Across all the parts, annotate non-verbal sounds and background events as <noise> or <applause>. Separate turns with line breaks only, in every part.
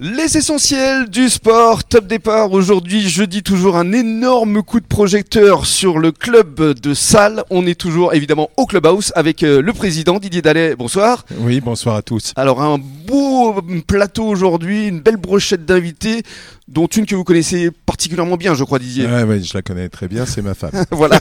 Les essentiels du sport, top départ. Aujourd'hui, jeudi, toujours un énorme coup de projecteur sur le club de Salle. On est toujours évidemment au clubhouse avec euh, le président Didier Dallet. Bonsoir.
Oui, bonsoir à tous.
Alors, un beau euh, plateau aujourd'hui, une belle brochette d'invités, dont une que vous connaissez particulièrement bien, je crois, Didier.
Ouais, ouais, Ah, je la connais très bien, c'est ma
<laughs>
femme,
<laughs> Voilà.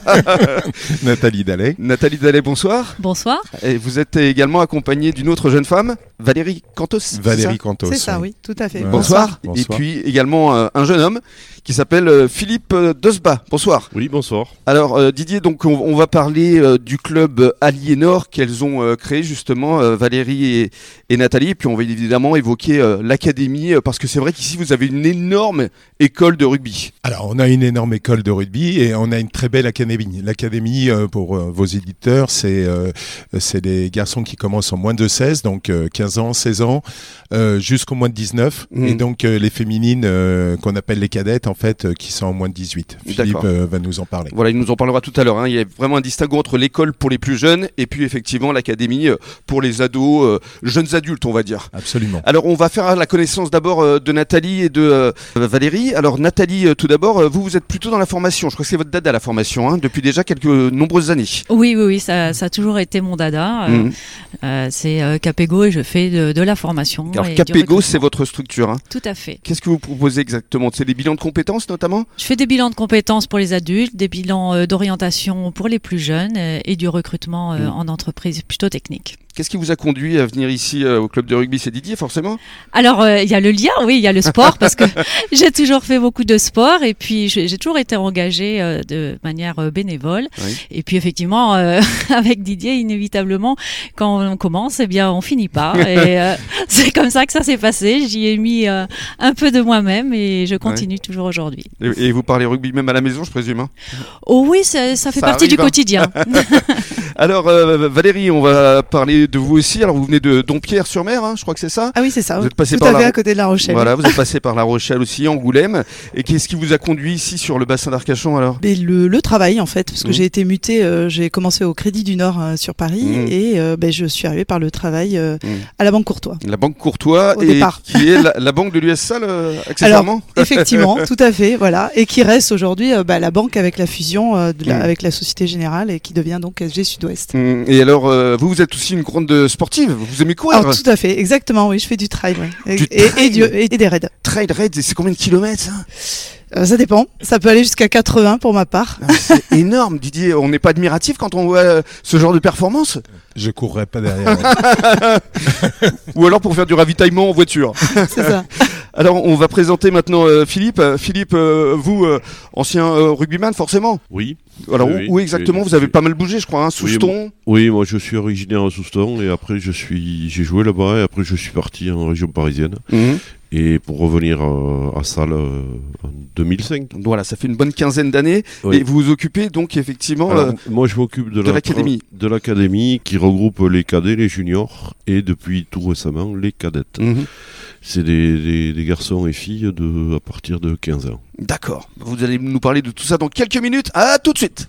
<laughs>
Nathalie Dallet.
Nathalie Dallet, bonsoir.
Bonsoir.
Et vous êtes également accompagnée d'une autre jeune femme, Valérie Cantos. c'est ça
Valérie Cantos.
C'est ça, oui, tout à fait.
Ouais.
Bonsoir.
Bonsoir.
Et puis également euh, un jeune homme qui s'appelle euh, Philippe euh, Dosba. Bonsoir.
Oui, bonsoir.
Alors euh, Didier, donc on, on va parler euh, du club Aliénor qu'elles ont euh, créé justement euh, Valérie et, et Nathalie. Et puis on va évidemment évoquer euh, l'académie euh, parce que c'est vrai qu'ici vous avez une énorme école de rugby.
Alors, on a une énorme école de rugby et on a une très belle académie. L'académie, euh, pour euh, vos éditeurs, c'est euh, c'est des garçons qui commencent en moins de 16, donc euh, 15 ans, 16 ans, euh, jusqu'au moins de 19.
Mm.
Mhm.
Et donc, euh, les féminines euh, qu'on appelle les cadettes, en fait, euh, qui sont en moins de 18. Philippe
D'accord.
euh, va nous en parler.
Voilà, il nous en parlera tout à l'heure. hein. Il y a vraiment un distinguo entre l'école pour les plus jeunes et puis effectivement l'académie euh, pour les ados, euh, jeunes adultes, on va dire.
Absolument.
Alors on va faire la connaissance d'abord euh, de Nathalie et de euh, Valérie. Alors Nathalie, euh, tout d'abord, euh, vous vous êtes plutôt dans la formation. Je crois que c'est votre dada la formation hein, depuis déjà quelques nombreuses années.
Oui, oui, oui, ça, ça a toujours été mon dada. Euh,
Mhm.
euh, c'est euh, Capego et je fais de, de la formation.
Alors
et du
Capego,
recrutement.
c'est votre structure. hein.
Tout à fait.
Qu'est-ce que vous proposez exactement C'est des bilans de compétences notamment
Je fais des bilans de compétences pour les adultes, des bilans euh, d'orientation pour les plus jeunes euh, et du recrutement euh,
Mhm.
en entreprise plutôt technique.
Qu'est-ce qui vous a conduit à venir ici euh, au club de rugby C'est Didier forcément
Alors, euh, il y a le lien, oui, il y a le
<laughs>
sport, parce que j'ai toujours fait beaucoup de sport et puis j'ai j'ai toujours été engagée euh, de manière euh, bénévole.
Oui.
Et puis, effectivement, euh, <laughs> avec Didier, inévitablement, quand on commence, eh bien, on finit pas.
<laughs>
Et euh, c'est comme ça que ça s'est passé. J'y ai mis euh, un peu de moi-même et je continue toujours aujourd'hui.
et, et vous parlez rugby même à la maison, je présume. hein.
Oh oui, ça, ça fait
Ça
partie du
arrive, hein.
quotidien.
Alors euh, Valérie, on va parler de vous aussi. Alors vous venez de Dompierre-sur-Mer, hein, je crois que c'est ça
Ah oui, c'est ça.
Vous
oui.
êtes passé
tout
par
à
la
fait
Ro-
à côté de La Rochelle.
Voilà, vous êtes passé par La Rochelle aussi, Angoulême. Et qu'est-ce qui vous a conduit ici sur le bassin d'Arcachon alors
Mais le, le travail en fait, parce que
Mhm.
j'ai été mutée, euh, j'ai commencé au Crédit du Nord euh, sur Paris
Mhm.
et euh, ben, je suis arrivée par le travail euh,
Mhm.
à la Banque Courtois. <laughs>
La banque Courtois
Au
et
départ.
qui est la, la banque de l'US Salle euh, accessoirement
Effectivement, tout à fait, voilà, et qui reste aujourd'hui euh, bah, la banque avec la fusion euh, de la-
Mhm.
avec la Société Générale et qui devient donc SG Sud-Ouest.
Mm, Et alors, euh, vous, vous êtes aussi une grande euh, sportive, vous aimez courir
Alors tout à fait, exactement, oui, je fais du trail, ouais.
Du
et, et-
trail
et du- et des raids.
Trail raid, c'est combien de kilomètres ça
Euh, ça dépend, ça peut aller jusqu'à 80 pour ma part. <laughs>
Non, mais C'est <laughs> énorme, Didier, on n'est pas admiratif quand on voit euh, ce genre de performance
Je courrai pas derrière.
Ou alors pour faire du ravitaillement en voiture
C'est ça.
Alors, on va présenter maintenant euh, Philippe. Euh, Philippe, euh, vous, euh, ancien euh, rugbyman forcément
Oui.
Alors,
Oui,
où-
oui,
où, exactement
oui,
Vous avez
oui.
pas mal bougé, je crois, hein,
Oui,
Souston
Oui, moi je suis originaire à Souston et après je suis j'ai joué là-bas et après je suis parti en région parisienne
Mhm.
et pour revenir euh, à Salle euh, en 2005.
Voilà, ça fait une bonne quinzaine d'années.
Oui.
Et vous vous occupez donc effectivement.
Alors,
euh,
moi je m'occupe de,
de
la-
l'académie.
de l'académie qui regroupe les cadets, les juniors et depuis tout récemment les cadettes.
mhm.
C'est des, des- des garçons et filles de à partir de 15 ans.
D'accord. Vous allez nous parler de tout ça dans quelques minutes. À tout de suite.